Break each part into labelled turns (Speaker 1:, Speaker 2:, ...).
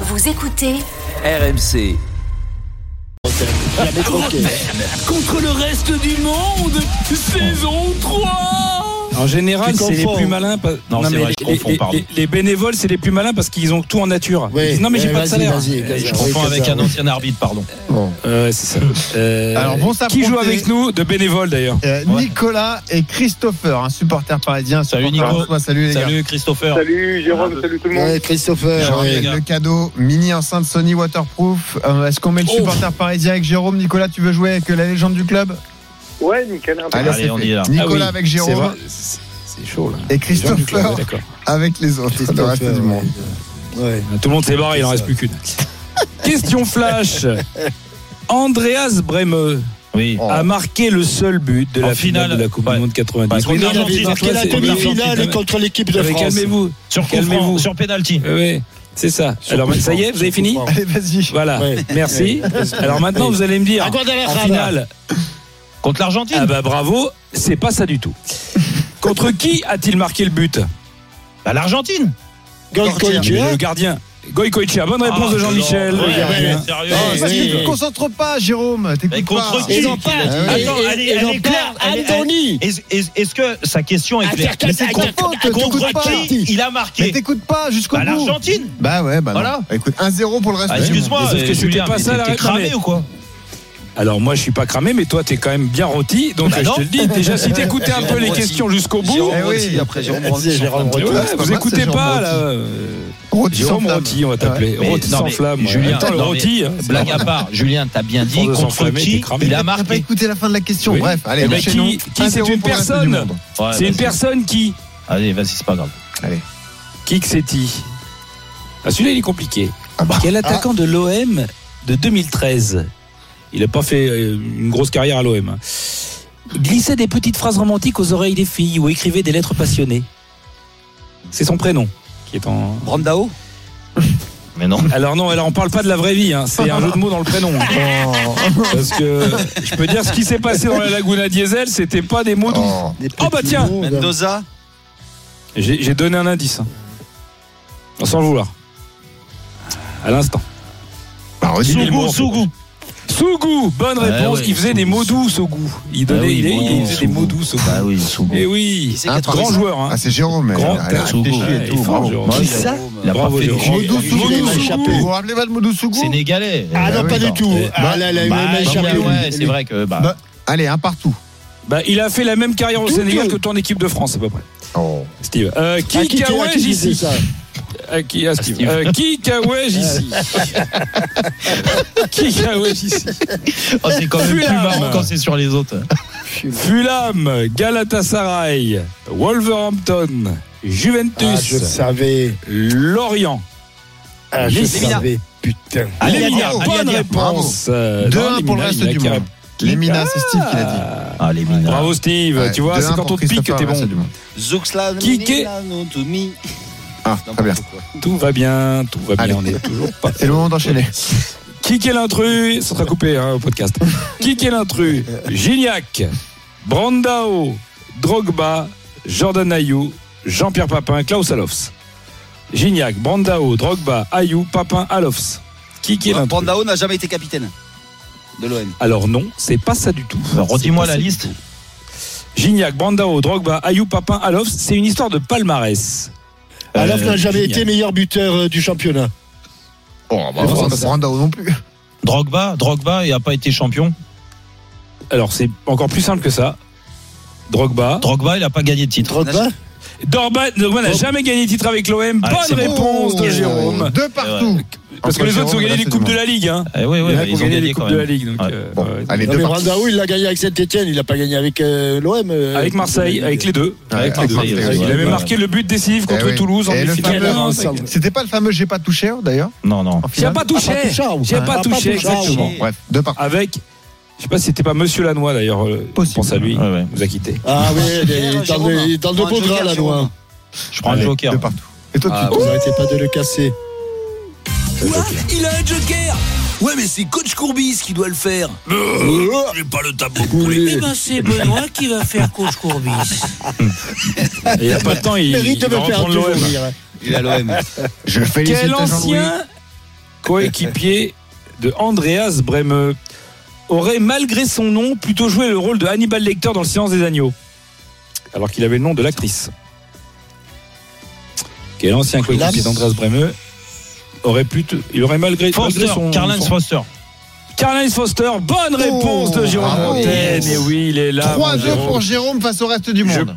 Speaker 1: Vous écoutez
Speaker 2: RMC.
Speaker 3: contre le reste du monde, saison 3
Speaker 4: En général,
Speaker 5: Tu
Speaker 4: c'est les
Speaker 5: confonds.
Speaker 4: plus malins. pas-
Speaker 5: Non, c'est
Speaker 4: mais
Speaker 5: vrai,
Speaker 4: les,
Speaker 5: je confonds,
Speaker 4: les-
Speaker 5: pardon.
Speaker 4: les- les bénévoles, c'est les plus malins parce qu'ils ont tout en nature. Ils
Speaker 6: Ouais.
Speaker 4: disent, non, mais j'ai
Speaker 6: Eh,
Speaker 4: pas de
Speaker 6: vas-y,
Speaker 4: salaire.
Speaker 6: vas-y,
Speaker 5: Euh,
Speaker 6: Gaza,
Speaker 5: Je
Speaker 6: oui,
Speaker 5: confonds
Speaker 6: Gaza,
Speaker 5: avec un
Speaker 6: oui.
Speaker 5: ancien arbitre, pardon.
Speaker 6: Bon.
Speaker 4: Ouais, c'est ça. Euh,
Speaker 7: Alors, vont s'affronter-
Speaker 4: qui joue avec nous de bénévoles d'ailleurs
Speaker 7: Euh, Nicolas et Christopher, un supporter parisien.
Speaker 5: Salut,
Speaker 7: supporter
Speaker 5: Nico.
Speaker 7: brestois. Salut les gars.
Speaker 5: Salut Christopher.
Speaker 8: Salut Jérôme, salut tout le monde.
Speaker 6: Ouais, Christopher,
Speaker 5: Jean-Pierre
Speaker 6: ouais.
Speaker 7: Avec
Speaker 5: gars.
Speaker 7: le cadeau mini enceinte Sony waterproof. Euh, Est-ce qu'on met le
Speaker 4: Oh.
Speaker 7: supporter parisien avec Jérôme Nicolas, tu veux jouer avec la légende du club
Speaker 8: Ouais, nickel. un peu.
Speaker 5: Allez,
Speaker 7: c'est
Speaker 5: on
Speaker 7: fait.
Speaker 5: y va.
Speaker 7: Nicolas
Speaker 4: Ah oui,
Speaker 7: avec
Speaker 4: C'est vrai,
Speaker 7: Jérôme
Speaker 4: c'est- c'est chaud là. Les
Speaker 7: et
Speaker 4: gens du club,
Speaker 7: Christopher
Speaker 4: ouais, d'accord.
Speaker 7: avec les autres.
Speaker 6: Christopher,
Speaker 7: Le reste du monde.
Speaker 6: ouais. Ouais.
Speaker 4: Tout le monde s'est barré, il en reste plus qu'une. Question flash. Andreas Bremeux
Speaker 5: Oui.
Speaker 6: Oh.
Speaker 4: a marqué le seul but de
Speaker 5: En
Speaker 4: la finale,
Speaker 5: finale.
Speaker 4: de la Coupe
Speaker 5: Ouais.
Speaker 4: du Monde 90.
Speaker 5: Parce qu'on
Speaker 4: Oui,
Speaker 5: est
Speaker 4: non,
Speaker 5: en
Speaker 4: mais
Speaker 5: Argentine,
Speaker 4: marqué
Speaker 5: marqué
Speaker 4: la
Speaker 5: la demi-finale
Speaker 4: demi-finale
Speaker 6: contre l'équipe de
Speaker 4: Mais Calmez-vous.
Speaker 5: Sur
Speaker 4: Calmez-vous.
Speaker 5: conférence, sur penalty.
Speaker 4: Oui, Oui, c'est ça.
Speaker 6: Sur
Speaker 4: Alors,
Speaker 6: coup
Speaker 4: ça y est,
Speaker 6: franc,
Speaker 4: vous avez
Speaker 6: sur
Speaker 4: fini
Speaker 6: coup franc.
Speaker 7: Allez, vas-y.
Speaker 4: Voilà.
Speaker 6: Ouais.
Speaker 4: Merci. Alors maintenant, vous allez me dire, en finale,
Speaker 5: Contre l'Argentine.
Speaker 4: ah bah bravo, c'est pas ça du tout. Contre qui a-t-il marqué le but
Speaker 5: Bah, L'Argentine.
Speaker 4: Le
Speaker 6: hein.
Speaker 4: gardien. Goïkoechea. Bonne réponse
Speaker 5: Ah,
Speaker 4: de Jean-Michel.
Speaker 5: non. Ouais,
Speaker 4: Le gardien.
Speaker 5: ouais, sérieux.
Speaker 7: Eh, parce que
Speaker 6: oui.
Speaker 7: tu te concentres pas, Jérôme.
Speaker 5: Mais
Speaker 7: T'écoutes pas.
Speaker 5: contre qui
Speaker 7: Ah oui.
Speaker 5: Attends, elle est- elle est claire. elle est- elle- Est-ce est-ce- est-ce que sa question est claire
Speaker 7: Mais tu te confonds, tu
Speaker 5: Contre
Speaker 7: t'écoutes pas.
Speaker 5: qui il a
Speaker 7: Mais
Speaker 5: marqué
Speaker 7: t'écoutes pas jusqu'au
Speaker 5: Bah,
Speaker 7: bout.
Speaker 5: L'Argentine.
Speaker 7: Bah ouais, bah non.
Speaker 5: Voilà.
Speaker 7: Bah, Écoute, 1-0 pour le reste.
Speaker 5: Ah, Excuse-moi.
Speaker 4: Sauf que
Speaker 5: euh,
Speaker 4: c'était
Speaker 5: Julien,
Speaker 4: pas
Speaker 5: mais
Speaker 4: ça, la
Speaker 5: t'es
Speaker 4: réponse.
Speaker 5: cramé ou quoi
Speaker 4: Alors moi, je suis pas cramé, mais toi, t'es quand même bien rôti. Donc
Speaker 5: Bah
Speaker 4: je
Speaker 5: non.
Speaker 4: te le dis. Déjà, si t'écoutais un peu les
Speaker 2: Rôti.
Speaker 4: questions jusqu'au bout.
Speaker 2: Jérôme
Speaker 7: Eh oui.
Speaker 2: Rôti, après Jérôme
Speaker 6: Merci,
Speaker 2: Rôti.
Speaker 6: Jérôme
Speaker 4: tu
Speaker 6: Breton.
Speaker 4: vois,
Speaker 7: Rôti, c'est pas
Speaker 4: vous
Speaker 7: mal,
Speaker 4: écoutez
Speaker 7: c'est Jérôme
Speaker 4: pas
Speaker 7: Rôti.
Speaker 4: là. euh,
Speaker 7: Rôti sans
Speaker 4: Jérôme
Speaker 7: flamme.
Speaker 4: Rôti, on va t'appeler.
Speaker 5: Mais-
Speaker 4: Rôti
Speaker 5: non,
Speaker 4: sans
Speaker 5: mais
Speaker 4: flamme. ouais.
Speaker 5: Julien,
Speaker 4: Attends, le
Speaker 5: non, mais
Speaker 4: rôti. hein.
Speaker 5: Blague à part, Julien, t'as bien dit
Speaker 4: Sans
Speaker 5: contre
Speaker 4: s'enflammer, t'es
Speaker 5: qui
Speaker 4: cramé.
Speaker 5: il a
Speaker 7: T'as pas
Speaker 5: marqué.
Speaker 7: écouté la fin de la question.
Speaker 4: Oui.
Speaker 7: Bref, allez,
Speaker 4: Eh ben,
Speaker 7: enchaînons.
Speaker 4: qui- qui,
Speaker 7: 1-0
Speaker 4: c'est
Speaker 7: pour
Speaker 4: une
Speaker 7: le reste
Speaker 4: personne
Speaker 7: du monde.
Speaker 5: Ouais,
Speaker 4: C'est une
Speaker 5: vas-y.
Speaker 4: personne qui.
Speaker 5: Allez, vas-y, c'est pas grave.
Speaker 4: Qui que c'est-il ah, Celui-là, il est compliqué. Quel attaquant de l'OM de 2013 Il n'a pas fait euh, une grosse carrière à l'OM. hein. Glissait des petites phrases romantiques aux oreilles des filles ou écrivait des lettres passionnées. C'est son prénom qui est en.
Speaker 2: Brandao
Speaker 5: Mais non.
Speaker 4: Alors non, alors on parle pas de la vraie vie. hein. C'est un jeu de mots dans le prénom. Parce que je peux dire ce qui s'est passé dans la Laguna Diesel, c'était pas des mots doux.
Speaker 7: Oh.
Speaker 6: Des
Speaker 4: Oh, bah
Speaker 6: petits
Speaker 4: tiens.
Speaker 6: mondes.
Speaker 2: Mendoza
Speaker 4: J'ai j'ai donné un indice. hein. Sans le vouloir. À l'instant.
Speaker 7: Bah, redis.
Speaker 4: Sougou, Sougou. Sougou, bonne
Speaker 5: Ouais,
Speaker 4: réponse.
Speaker 5: ouais,
Speaker 4: il faisait des
Speaker 5: Sougou.
Speaker 4: mots doux, Sougou. Il
Speaker 5: Ah
Speaker 4: donnait,
Speaker 5: oui,
Speaker 4: il,
Speaker 5: bon,
Speaker 4: il faisait des
Speaker 5: Sougou.
Speaker 4: mots doux, Sougou.
Speaker 5: Bah oui, Sougou.
Speaker 4: Et oui,
Speaker 2: c'est
Speaker 7: Un
Speaker 2: 80.
Speaker 4: grand joueur. Hein.
Speaker 7: Ah, c'est Jérôme. mais
Speaker 4: Grand
Speaker 7: elle a
Speaker 5: Sougou.
Speaker 7: réfléchi et
Speaker 4: Ouais,
Speaker 7: tout,
Speaker 4: il est fort,
Speaker 7: bravo.
Speaker 4: Jérôme.
Speaker 5: Moi,
Speaker 2: Qui
Speaker 5: il-
Speaker 6: Ah,
Speaker 2: ça
Speaker 6: bah,
Speaker 5: Il a pas
Speaker 4: Bravo,
Speaker 5: fait
Speaker 4: Jérôme.
Speaker 5: grand-
Speaker 7: Modou Sougou,
Speaker 4: Modou
Speaker 7: il m'a
Speaker 4: Sougou.
Speaker 7: échappé. Vous vous rappelez pas de Modou Sougou
Speaker 5: Sénégalais.
Speaker 6: Ah
Speaker 7: Bah
Speaker 6: non,
Speaker 7: oui,
Speaker 6: pas
Speaker 7: bah.
Speaker 6: du tout.
Speaker 4: Eh,
Speaker 6: Ah, là, là, il m'a- il m'a
Speaker 5: Bah,
Speaker 6: échappé.
Speaker 5: ouais, ouais, c'est vrai que bah,
Speaker 7: Bah, Allez, un partout.
Speaker 4: Bah, il a fait la même carrière au
Speaker 6: Tout,
Speaker 4: Sénégal
Speaker 6: tout.
Speaker 4: que ton équipe de France, à peu près.
Speaker 7: Oh.
Speaker 4: Steve. Euh,
Speaker 6: Ah,
Speaker 4: qui
Speaker 6: qui- qui- à
Speaker 4: Kawaj
Speaker 6: qui tu dis
Speaker 4: ici
Speaker 6: ça
Speaker 4: À qui, à Steve.
Speaker 5: Steve.
Speaker 4: Euh, qui Kawaj ici Qui Kawaj ici
Speaker 5: oh, c'est quand même plus
Speaker 4: Fulham.
Speaker 5: marrant quand c'est sur les autres.
Speaker 4: Fulham, Galatasaray, Wolverhampton,
Speaker 6: Ah, je le
Speaker 4: Juventus,
Speaker 6: savais.
Speaker 4: Lorient.
Speaker 6: Ah, je le
Speaker 4: Lévina.
Speaker 6: savais. Putain.
Speaker 5: Allez,
Speaker 4: Les
Speaker 5: Mina,
Speaker 4: Minas,
Speaker 5: allez,
Speaker 4: bonne
Speaker 5: Mina.
Speaker 4: réponse. Euh,
Speaker 7: 2-1
Speaker 4: non,
Speaker 7: pour le
Speaker 4: Mina,
Speaker 7: reste
Speaker 4: il a
Speaker 7: du
Speaker 4: qu'à-
Speaker 7: monde. Les Minas, c'est Steve qui l'a dit.
Speaker 5: Ah, les Mina.
Speaker 4: Bravo Steve,
Speaker 7: Ouais,
Speaker 4: tu vois, c'est
Speaker 7: 2-1
Speaker 4: quand
Speaker 7: pour
Speaker 4: on te pique que
Speaker 7: Christopher,
Speaker 4: t'es
Speaker 7: reste
Speaker 4: bon.
Speaker 7: du monde.
Speaker 2: Zuxlan
Speaker 4: Kiké.
Speaker 2: Milano, Toumi.
Speaker 7: Ah, très bien.
Speaker 4: Tout va bien, tout va bien,
Speaker 7: Allez.
Speaker 4: on est toujours pas.
Speaker 7: C'est le moment d'enchaîner.
Speaker 4: Qui est l'intrus Ça sera coupé hein, au podcast. Qui est l'intrus Gignac, Brandao, Drogba, Jordan Ayou, Jean-Pierre Papin, Klaus Alofs. Gignac, Brandao, Drogba, Ayou, Papin, Alofs. Qui est l'intrus
Speaker 2: Brandao n'a jamais été capitaine de l'OM.
Speaker 4: Alors non, c'est pas ça du tout.
Speaker 5: Alors, Bah, redis-moi
Speaker 4: C'est pas ça
Speaker 5: la
Speaker 4: du
Speaker 5: liste.
Speaker 4: tout. Gignac, Brandao, Drogba, Ayou, Papin, Alofs, c'est une histoire de palmarès.
Speaker 6: Alaf
Speaker 4: Euh,
Speaker 6: n'a jamais
Speaker 4: Gignac.
Speaker 6: été meilleur buteur euh, du championnat.
Speaker 7: Oh, bah,
Speaker 4: Les Français.
Speaker 7: Brando- Brando non plus.
Speaker 5: Drogba, Drogba, il n'a pas été champion.
Speaker 4: Alors c'est encore plus simple que ça. Drogba.
Speaker 5: Drogba, il n'a pas gagné de titre.
Speaker 6: Drogba
Speaker 4: Drogba, Drogba n'a jamais gagné de titre avec l'OM.
Speaker 5: Ah, c'est
Speaker 4: Bonne
Speaker 5: bon.
Speaker 4: réponse de
Speaker 7: Oh,
Speaker 4: Jérôme.
Speaker 7: Deux partout.
Speaker 4: Parce que les autres ont gagné des
Speaker 7: les
Speaker 4: coupes de la Ligue. Hein.
Speaker 5: Eh oui, oui,
Speaker 4: Il y en a qui
Speaker 5: ils ont
Speaker 4: gagné
Speaker 5: gagné
Speaker 4: des
Speaker 5: quand
Speaker 4: coupes de la
Speaker 5: même.
Speaker 4: Ligue. donc,
Speaker 5: Ouais.
Speaker 4: euh,
Speaker 7: Bon,
Speaker 4: ouais.
Speaker 7: allez,
Speaker 6: Non,
Speaker 7: deux
Speaker 6: mais
Speaker 7: partout.
Speaker 6: Brandao, il l'a gagné avec Saint-Etienne, il l'a pas gagné avec euh, l'OM. euh,
Speaker 4: Avec Marseille, avec les deux.
Speaker 7: Ouais,
Speaker 4: Avec
Speaker 7: avec
Speaker 4: les deux.
Speaker 7: Marseille,
Speaker 4: Il
Speaker 7: ouais,
Speaker 4: avait
Speaker 5: ouais.
Speaker 4: marqué le but décisif contre
Speaker 7: Eh oui.
Speaker 4: Toulouse en
Speaker 7: Et le
Speaker 4: demi-finale.
Speaker 7: fameux-
Speaker 4: Non, c'est-
Speaker 7: C'était pas le fameux J'ai pas touché d'ailleurs
Speaker 5: Non, non.
Speaker 7: en
Speaker 4: J'ai
Speaker 7: finale
Speaker 4: pas touché.
Speaker 6: Ah, pas touché, ah,
Speaker 4: J'ai
Speaker 6: ah,
Speaker 4: pas
Speaker 6: pas
Speaker 4: touché,
Speaker 6: touché, ah,
Speaker 4: exactement.
Speaker 2: touché.
Speaker 7: Bref, deux partout.
Speaker 4: Avec, je sais pas si c'était pas Monsieur Lannoy d'ailleurs. euh, Je
Speaker 7: Possible.
Speaker 4: pense à lui.
Speaker 5: Ouais, ouais.
Speaker 4: Il nous a quittés.
Speaker 6: Ah oui, il est
Speaker 2: Jérôme,
Speaker 6: dans,
Speaker 2: Jérôme.
Speaker 6: le- dans de
Speaker 2: Prends un
Speaker 6: beaux draps,
Speaker 2: joker,
Speaker 6: là,
Speaker 2: Jérôme.
Speaker 6: loin.
Speaker 5: Je prends le
Speaker 7: Allez,
Speaker 5: Joker.
Speaker 7: Deux partout. Et toi,
Speaker 2: Ah,
Speaker 7: tu
Speaker 6: Vous n'arrêtez pas de le casser.
Speaker 3: Il a un joker Ouais, mais c'est Coach Courbis qui doit le faire. J'ai pas le tableau pour les.
Speaker 6: Euh. Oui.
Speaker 3: c'est Benoît qui va faire Coach Courbis.
Speaker 4: Et Il n'y a pas le temps, il, il
Speaker 6: Mérite de
Speaker 4: va
Speaker 6: me faire
Speaker 4: reprendre l'OM.
Speaker 6: toujours rire.
Speaker 2: Il a l'OM.
Speaker 7: Je félicite
Speaker 4: Quel
Speaker 7: Jean-Louis.
Speaker 4: ancien coéquipier de Andreas Breme, aurait, malgré son nom, plutôt joué le rôle de Hannibal Lecter dans Le Silence des Agneaux, alors qu'il avait le nom de l'actrice. Quel ancien coéquipier d'Andreas Breme aurait plutôt, il aurait malgré, malgré
Speaker 5: Foster,
Speaker 4: son,
Speaker 5: Karl-Heinz
Speaker 4: son-
Speaker 5: Foster.
Speaker 4: Carlins Foster, bonne réponse de Jérôme
Speaker 7: bravo.
Speaker 4: Montaigne. Et oui, il est là. mon
Speaker 7: 3-2
Speaker 4: Jérôme.
Speaker 7: pour Jérôme face au reste du
Speaker 4: Je-
Speaker 7: monde.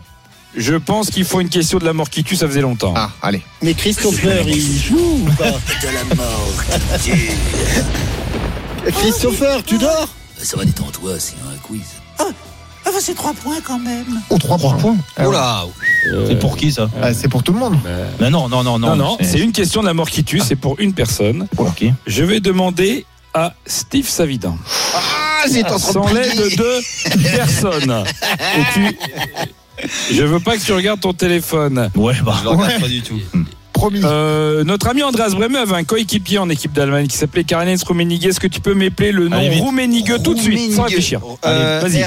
Speaker 4: Je pense qu'il faut une question de la mort qui tue, ça faisait longtemps.
Speaker 7: Ah, allez.
Speaker 6: Mais Christopher, il joue ou pas
Speaker 3: De la mort qui tue.
Speaker 6: Eh, Christopher, tu dors
Speaker 3: Ah, Ça va, détends-toi, c'est un quiz.
Speaker 7: Oh, 3 points. Ah, ouais.
Speaker 2: Oula
Speaker 4: Euh,
Speaker 5: C'est pour qui ça
Speaker 7: Ah, c'est pour tout le monde.
Speaker 5: Bah non, non, non,
Speaker 4: Non,
Speaker 5: non.
Speaker 4: non, c'est une question de la mort qui tue, c'est pour une personne.
Speaker 5: pour qui
Speaker 4: Je vais demander à Steve Savidan.
Speaker 7: Ah, j'ai été en train de
Speaker 4: Sans
Speaker 2: Oh,
Speaker 4: l'aide de deux personnes. Et tu- Je veux pas que tu regardes ton téléphone.
Speaker 5: Ouais, bah.
Speaker 2: Je le regarde pas du tout. Oh,
Speaker 7: Promis.
Speaker 4: Euh, notre ami Andreas Breme avait un coéquipier en équipe d'Allemagne qui s'appelait Karl-Heinz Rummenigge. Est-ce que tu peux m'épeler le nom
Speaker 5: Allez, vite.
Speaker 4: Rummenigge euh, tout de suite, sans
Speaker 2: Rummenigge.
Speaker 4: réfléchir
Speaker 2: Euh,
Speaker 4: Allez, vas-y.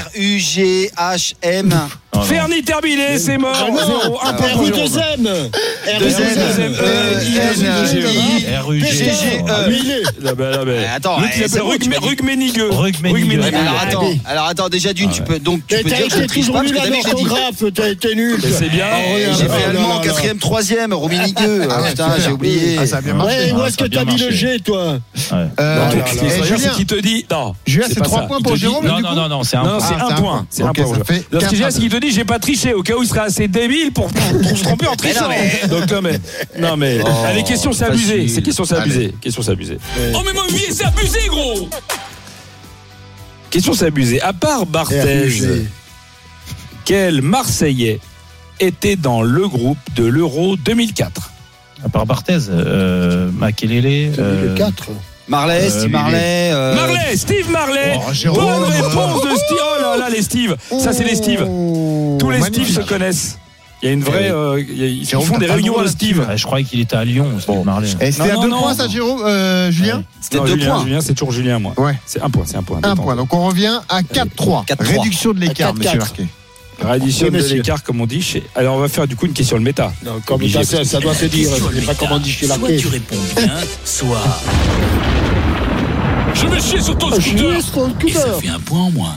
Speaker 2: R-U-G-H-M.
Speaker 5: non, non.
Speaker 4: Fernie terminé, c'est mort.
Speaker 6: Ah non,
Speaker 4: 0 1
Speaker 2: ah,
Speaker 4: pour
Speaker 6: RU
Speaker 4: Jérôme.
Speaker 6: deuxième
Speaker 2: Deuxième,
Speaker 4: deuxième,
Speaker 2: euh,
Speaker 6: il est
Speaker 4: E,
Speaker 2: N-I.
Speaker 5: RUG.
Speaker 2: PGE.
Speaker 6: Oui, il est.
Speaker 4: Ah bah, ah bah.
Speaker 2: Euh, attends,
Speaker 4: L'autre, il
Speaker 2: eh, c'est
Speaker 4: appelle
Speaker 2: bon, tu m'as dit.
Speaker 4: Rugmenigge.
Speaker 5: Rugmenigge.
Speaker 2: Ouais, mais alors
Speaker 5: Ah,
Speaker 2: attends,
Speaker 6: oui.
Speaker 2: alors attends, déjà d'une,
Speaker 4: Ah,
Speaker 2: tu peux donc tu
Speaker 6: Mais
Speaker 2: peux
Speaker 6: t'as
Speaker 2: dire que je
Speaker 6: été
Speaker 2: triche
Speaker 6: toujours
Speaker 2: pas parce
Speaker 6: nul
Speaker 2: que
Speaker 6: à
Speaker 2: t'as vu que je l'ai dit.
Speaker 6: l'orthographe, t'as été nul.
Speaker 4: Mais C'est bien.
Speaker 2: Eh,
Speaker 6: ouais,
Speaker 2: J'ai
Speaker 6: ouais,
Speaker 2: fait
Speaker 6: ouais,
Speaker 2: allemand,
Speaker 6: ouais,
Speaker 2: quatrième, troisième, Rominique. Putain,
Speaker 7: super.
Speaker 2: j'ai oublié.
Speaker 7: Ah, ça a bien marché.
Speaker 6: Ouais,
Speaker 5: Ah,
Speaker 6: où est-ce
Speaker 5: ça
Speaker 6: que
Speaker 5: a
Speaker 6: t'as
Speaker 5: bien
Speaker 6: mis le
Speaker 5: marché.
Speaker 6: G, toi
Speaker 7: Euh,
Speaker 4: Donc,
Speaker 7: eh,
Speaker 4: ce qui est
Speaker 7: Julien,
Speaker 4: c'est qu'il te dit. Non.
Speaker 7: Julien, c'est
Speaker 4: pas
Speaker 7: 3
Speaker 4: ça.
Speaker 7: points
Speaker 4: Il
Speaker 7: pour
Speaker 4: te dit-
Speaker 7: Jérôme.
Speaker 5: Non,
Speaker 7: du
Speaker 5: non,
Speaker 7: coup
Speaker 5: non, non, c'est un
Speaker 4: Non,
Speaker 5: point.
Speaker 4: c'est
Speaker 7: Ah,
Speaker 4: un point. C'est un
Speaker 7: Ok,
Speaker 4: point.
Speaker 7: ça fait
Speaker 4: Alors, ce qu'il y a,
Speaker 7: 4
Speaker 4: c'est qu'il te dit j'ai pas triché, au cas où il serait assez débile pour, pour se tromper en trichant. Donc, non, mais. Non, mais.
Speaker 2: Oh,
Speaker 4: allez, question, c'est
Speaker 2: facile.
Speaker 4: abusé. C'est question, c'est
Speaker 7: Allez.
Speaker 4: abusé. Question, c'est abusé.
Speaker 6: Ouais.
Speaker 4: Oh, mais moi, vie, c'est abusé, gros Question, c'est abusé. À part Barthez, quel Marseillais était dans le groupe de l'Euro 2004
Speaker 5: À part Barthez, euh, Makelele.
Speaker 6: Le 4.
Speaker 2: Marley,
Speaker 5: Euh,
Speaker 2: Steve Marley. euh,
Speaker 4: Marley, Steve Marley
Speaker 7: Oh, Jérôme.
Speaker 4: Bonne réponse de Steve Oh là là, les Steve Ça, c'est les Steve Tous les
Speaker 7: Magnifique.
Speaker 4: Steve se connaissent. Il y a une vraie. euh, il y a- ils
Speaker 7: Jérôme,
Speaker 4: font des
Speaker 7: t'as pas
Speaker 4: réunions
Speaker 7: le
Speaker 4: à
Speaker 7: droit
Speaker 4: la
Speaker 7: là-dessus,
Speaker 4: Steve.
Speaker 5: Ah, je croyais qu'il était à Lyon, Steve Marley.
Speaker 7: Et c'était
Speaker 4: Non,
Speaker 7: à
Speaker 4: non,
Speaker 7: 2
Speaker 4: non.
Speaker 7: points, ça, Jérôme euh, Julien
Speaker 2: C'était
Speaker 4: Non,
Speaker 2: deux
Speaker 4: Julien,
Speaker 2: points.
Speaker 4: Julien, c'est toujours Julien, moi.
Speaker 7: Ouais.
Speaker 4: C'est un point, c'est un point.
Speaker 7: 1
Speaker 4: détente.
Speaker 7: point. Donc, on revient à 4-3.
Speaker 2: 4-3.
Speaker 7: Réduction de l'écart,
Speaker 6: Euh, À 4-4.
Speaker 7: monsieur Marquet.
Speaker 4: Réduction
Speaker 6: Oui,
Speaker 4: de
Speaker 6: monsieur.
Speaker 4: l'écart, comme on dit. chez- Alors, on va faire du coup une question le méta.
Speaker 6: Non, comme
Speaker 4: Obligé,
Speaker 6: ça, ça, ça doit se dire. Je sais pas comment on dit chez la
Speaker 3: Soit tu réponds bien, soit.
Speaker 4: Je vais chier sur ton
Speaker 6: Ah, Je suis nul sur le
Speaker 3: Et ça
Speaker 6: scooter.
Speaker 3: fait un point en moins.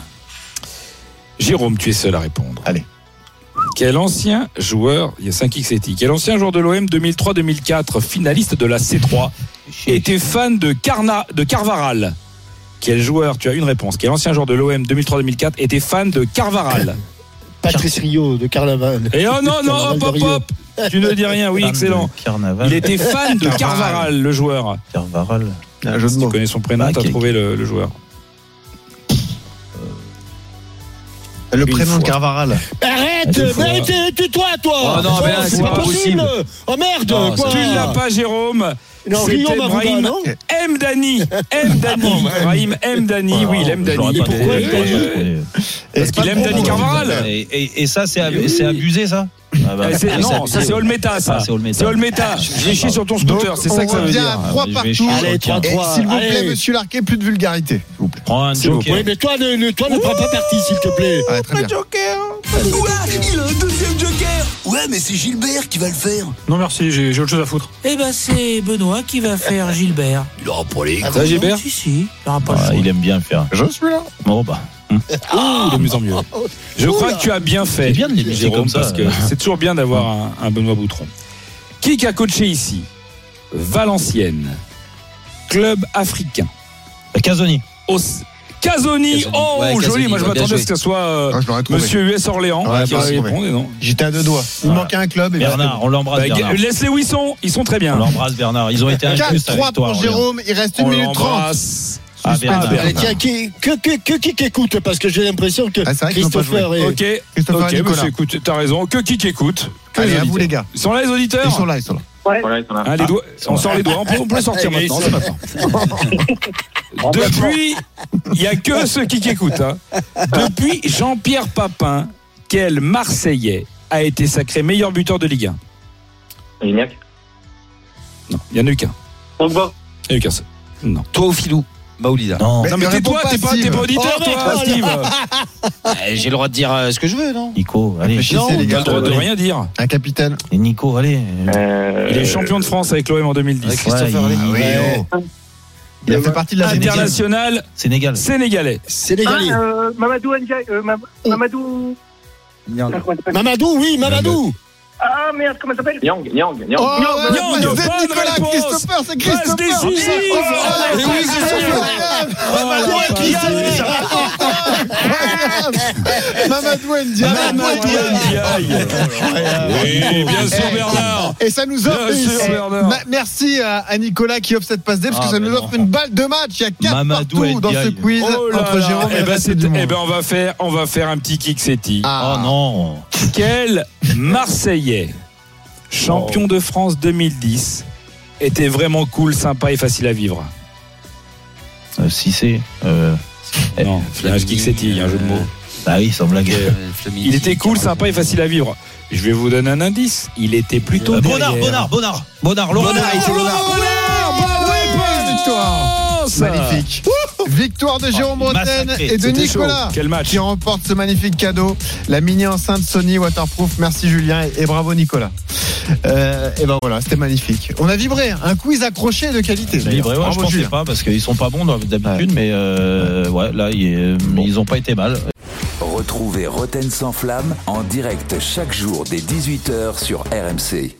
Speaker 4: Jérôme, tu es seul à répondre.
Speaker 7: Allez.
Speaker 4: Quel ancien joueur, il y a 5xET, quel ancien joueur de l'OM 2003-2004, finaliste de la C3, était fan de, Carna, de Carvaral Quel joueur, tu as une réponse, quel ancien joueur de l'OM 2003-2004 était fan de Carvaral
Speaker 6: Patrice Rio de Carnaval.
Speaker 4: Et oh non, non, hop, hop, hop Tu ne dis rien, oui,
Speaker 5: Femme de
Speaker 4: excellent.
Speaker 5: Carnaval.
Speaker 4: Il était fan de Carvaral, le joueur.
Speaker 5: Carnaval.
Speaker 7: Un jeu de
Speaker 4: Si tu
Speaker 7: mots.
Speaker 4: connais son prénom,
Speaker 5: Ah,
Speaker 4: t'as
Speaker 5: quel-
Speaker 4: trouvé le, le joueur.
Speaker 7: Le
Speaker 4: Une
Speaker 7: prénom
Speaker 4: fois.
Speaker 7: de Carvaral.
Speaker 6: Arrête
Speaker 5: Allez, faut
Speaker 6: mais t'es- Tais-toi, toi
Speaker 2: Oh non, mais là,
Speaker 6: Enfin,
Speaker 2: c'est pas possible.
Speaker 6: Oh merde
Speaker 2: Non,
Speaker 6: quoi.
Speaker 4: Tu ne l'as pas, Jérôme
Speaker 6: Non,
Speaker 4: C'était
Speaker 6: Rio m'a
Speaker 4: Brahim.
Speaker 6: non
Speaker 4: M. Dani M. Dani Brahim M. Dani oui, il aime Dani.
Speaker 6: pourquoi il aime
Speaker 4: Parce qu'il aime Dani Carvaral
Speaker 5: Et, et- et ça, c'est ab-
Speaker 4: Oui.
Speaker 5: c'est abusé, ça Ah bah,
Speaker 4: Eh, c'est-
Speaker 5: oui,
Speaker 4: Non, ça c'est Olmeta, ça.
Speaker 5: Ah, c'est Olmeta.
Speaker 4: C'est Olmeta. J'ai chié sur ton
Speaker 7: Donc,
Speaker 4: scooter, c'est ça que ça
Speaker 7: on
Speaker 4: veut
Speaker 7: revient
Speaker 4: dire.
Speaker 7: à 3
Speaker 5: Ah, je vais
Speaker 7: partout.
Speaker 5: chier.
Speaker 6: Allez, 3-3.
Speaker 7: Et S'il vous plaît,
Speaker 6: Allez.
Speaker 7: monsieur Larquet, plus de vulgarité. S'il vous plaît.
Speaker 5: Prends un
Speaker 4: C'est bon.
Speaker 5: joker.
Speaker 6: Oui, mais toi, ne, ne- toi, ne prends pas parti, s'il te plaît.
Speaker 7: Ouais, Ah, très bien.
Speaker 3: Ouais, il a un deuxième joker Ouais, mais c'est Gilbert qui va le faire.
Speaker 1: Non merci, j'ai j'ai autre chose à foutre.
Speaker 9: Eh ben c'est Benoît qui va faire Gilbert.
Speaker 3: Il aura pas les.
Speaker 4: Ça, Gilbert
Speaker 9: Si si, il aura pas le
Speaker 5: Ah,
Speaker 9: choix.
Speaker 5: il aime bien faire.
Speaker 7: Je suis là.
Speaker 5: Bon, bah.
Speaker 4: de mieux en mieux. Je crois que tu as bien fait,
Speaker 5: C'est bien de les miser
Speaker 4: Jérôme,
Speaker 5: comme ça.
Speaker 4: parce que c'est toujours bien d'avoir un, un Benoît Boutron. Qui a coaché ici Valenciennes, club africain.
Speaker 5: Casoni.
Speaker 4: Os- Casoni,
Speaker 2: Casoni.
Speaker 4: oh
Speaker 2: Ouais,
Speaker 4: joli,
Speaker 2: Casoni,
Speaker 4: moi je
Speaker 2: bien
Speaker 4: m'attendais à
Speaker 2: joué.
Speaker 4: ce que ce soit euh,
Speaker 7: Ah, je l'aurais trouvé.
Speaker 4: Monsieur US Orléans
Speaker 7: Ouais,
Speaker 4: qui
Speaker 7: bah,
Speaker 4: aurait
Speaker 7: oui.
Speaker 4: répondu, non
Speaker 7: J'étais à deux doigts. Il
Speaker 5: Voilà.
Speaker 7: manquait un club. et
Speaker 5: Bernard, on l'embrasse,
Speaker 4: Bah,
Speaker 5: Bernard.
Speaker 4: Laisse-les où ils sont, ils sont très
Speaker 5: On
Speaker 4: bien.
Speaker 5: l'embrasse, Bernard. Ils ont été injustes avec toi.
Speaker 7: 4-3 pour
Speaker 5: Aurélien.
Speaker 7: Jérôme. Il reste 1
Speaker 4: On
Speaker 7: minute 30.
Speaker 4: l'embrasse.
Speaker 5: Ah,
Speaker 7: Suspense.
Speaker 5: Bernard.
Speaker 6: Allez, tiens, qui, que, que, que- qui écoute Parce que j'ai l'impression que
Speaker 7: Ah, c'est vrai qu'ils ont pas
Speaker 6: Christopher est.
Speaker 4: Ok,
Speaker 7: Christopher
Speaker 4: ok,
Speaker 7: et Nicolas.
Speaker 4: monsieur, écoute, t'as raison. Que qui écoute Que
Speaker 7: Allez,
Speaker 4: les
Speaker 7: à vous
Speaker 4: auditeurs.
Speaker 7: les gars.
Speaker 4: Ils sont là les auditeurs
Speaker 7: Ils sont là, ils sont là.
Speaker 1: Voilà, ils sont là.
Speaker 4: Hein, les doigts- on sort les doigts, on peut, on peut sortir maintenant. c'est maintenant. Depuis, il n'y a que ceux qui, qui écoutent. hein. Depuis Jean-Pierre Papin, quel Marseillais a été sacré meilleur buteur de Ligue 1
Speaker 1: Gignac.
Speaker 4: Non, il n'y en a eu qu'un. Il n'y en a eu qu'un seul. Non.
Speaker 2: Toi au filou. Maoulida.
Speaker 5: Non,
Speaker 7: Mais
Speaker 4: Non, mais
Speaker 7: ne réponds
Speaker 4: tais-toi,
Speaker 7: pas,
Speaker 4: t'es pas,
Speaker 7: Steve.
Speaker 4: t'es pas auditeur,
Speaker 6: Oh,
Speaker 4: toi,
Speaker 6: mais
Speaker 4: Steve.
Speaker 2: Eh, J'ai le droit de dire euh, ce que je veux, non
Speaker 5: Nico, allez.
Speaker 7: Réfléchissez,
Speaker 5: Non,
Speaker 7: les
Speaker 4: T'as
Speaker 7: gars.
Speaker 4: le droit de
Speaker 5: allez.
Speaker 4: rien dire.
Speaker 7: Un capitaine.
Speaker 5: Et Nico, allez.
Speaker 1: Euh,
Speaker 4: Il est champion de France avec l'OM en 2010.
Speaker 5: Ouais, il-
Speaker 7: Ah oui,
Speaker 5: il-
Speaker 7: oh. Il a fait partie de la génération.
Speaker 4: International
Speaker 5: Sénégal.
Speaker 4: sénégalais.
Speaker 6: Sénégalais.
Speaker 8: Ah, euh, Mamadou Ndiaye, euh, Mam- Mamadou. Ah, comment il s'appelle
Speaker 6: Mamadou, oui, Mamadou.
Speaker 8: Ah merde, comment il s'appelle
Speaker 1: Yang, Yang, Yang.
Speaker 7: Oh, ouais,
Speaker 4: Yang,
Speaker 7: ouais, vous êtes
Speaker 4: bonne
Speaker 7: Nicolas
Speaker 4: réponse.
Speaker 7: Christopher, c'est Christopher.
Speaker 4: décisive.
Speaker 7: Oh, là,
Speaker 6: Et oui, c'est
Speaker 7: c'est
Speaker 6: sûr.
Speaker 7: incroyable.
Speaker 4: Oh,
Speaker 6: Mamadou qui
Speaker 4: Ndiaye.
Speaker 7: Mamadou Ndiaye.
Speaker 4: Mamadou Ndiaye. Oui, bien sûr,
Speaker 7: Eh,
Speaker 4: Bernard.
Speaker 7: Et ça nous offre.
Speaker 4: Bien sûr,
Speaker 7: Eh,
Speaker 4: Bernard.
Speaker 7: ma- merci à, à Nicolas qui offre cette passe D parce que
Speaker 5: Ah,
Speaker 7: ça
Speaker 5: mais
Speaker 7: nous
Speaker 5: non.
Speaker 7: offre une balle de match. Il y a 4
Speaker 5: Mamadou
Speaker 7: partout dans ce
Speaker 5: Ndiaye.
Speaker 7: quiz
Speaker 4: Oh là
Speaker 7: entre
Speaker 4: là.
Speaker 7: Jérôme et
Speaker 4: Eh
Speaker 7: le
Speaker 4: ben,
Speaker 7: reste
Speaker 4: c'est-
Speaker 7: du monde.
Speaker 4: eh ben, on va faire, on va faire un petit kick setti.
Speaker 5: Oh
Speaker 7: Ah.
Speaker 5: non.
Speaker 4: Quel Marseillais, champion de France 2010, était vraiment cool, sympa et facile à vivre
Speaker 5: Euh, si c'est. euh, Eh,
Speaker 4: Non, c'est un kick setti, il y a un jeu de mots.
Speaker 5: Bah oui, sans blague.
Speaker 2: Euh,
Speaker 4: Il était cool, sympa et facile à vivre. Je vais vous donner un indice. Il était plutôt
Speaker 5: Euh,
Speaker 4: derrière.
Speaker 5: Bonnard, Bonnard, Bonnard, Bonnard, Laurent
Speaker 4: Bonnard,
Speaker 5: Bonnard.
Speaker 4: il était Bonnard. Bonne réponse.
Speaker 7: Magnifique. Victoire de Jérôme Rotten
Speaker 5: massacré.
Speaker 7: et de
Speaker 4: Oh, C'était
Speaker 7: Nicolas.
Speaker 4: chaud. Quel match.
Speaker 7: Qui remporte ce magnifique cadeau, la mini enceinte Sony waterproof. Merci Julien et, et bravo Nicolas. Euh, et ben voilà, c'était magnifique. On a vibré, hein. un quiz accroché de qualité.
Speaker 5: Mais vrai, ouais,
Speaker 7: Bravo
Speaker 5: je pensais
Speaker 7: Julien.
Speaker 5: pas parce qu'ils sont pas bons d'habitude, mais euh, ouais, là il est- ils ont pas été mal.
Speaker 10: Retrouvez Roten sans flamme en direct chaque jour dès 18h sur RMC.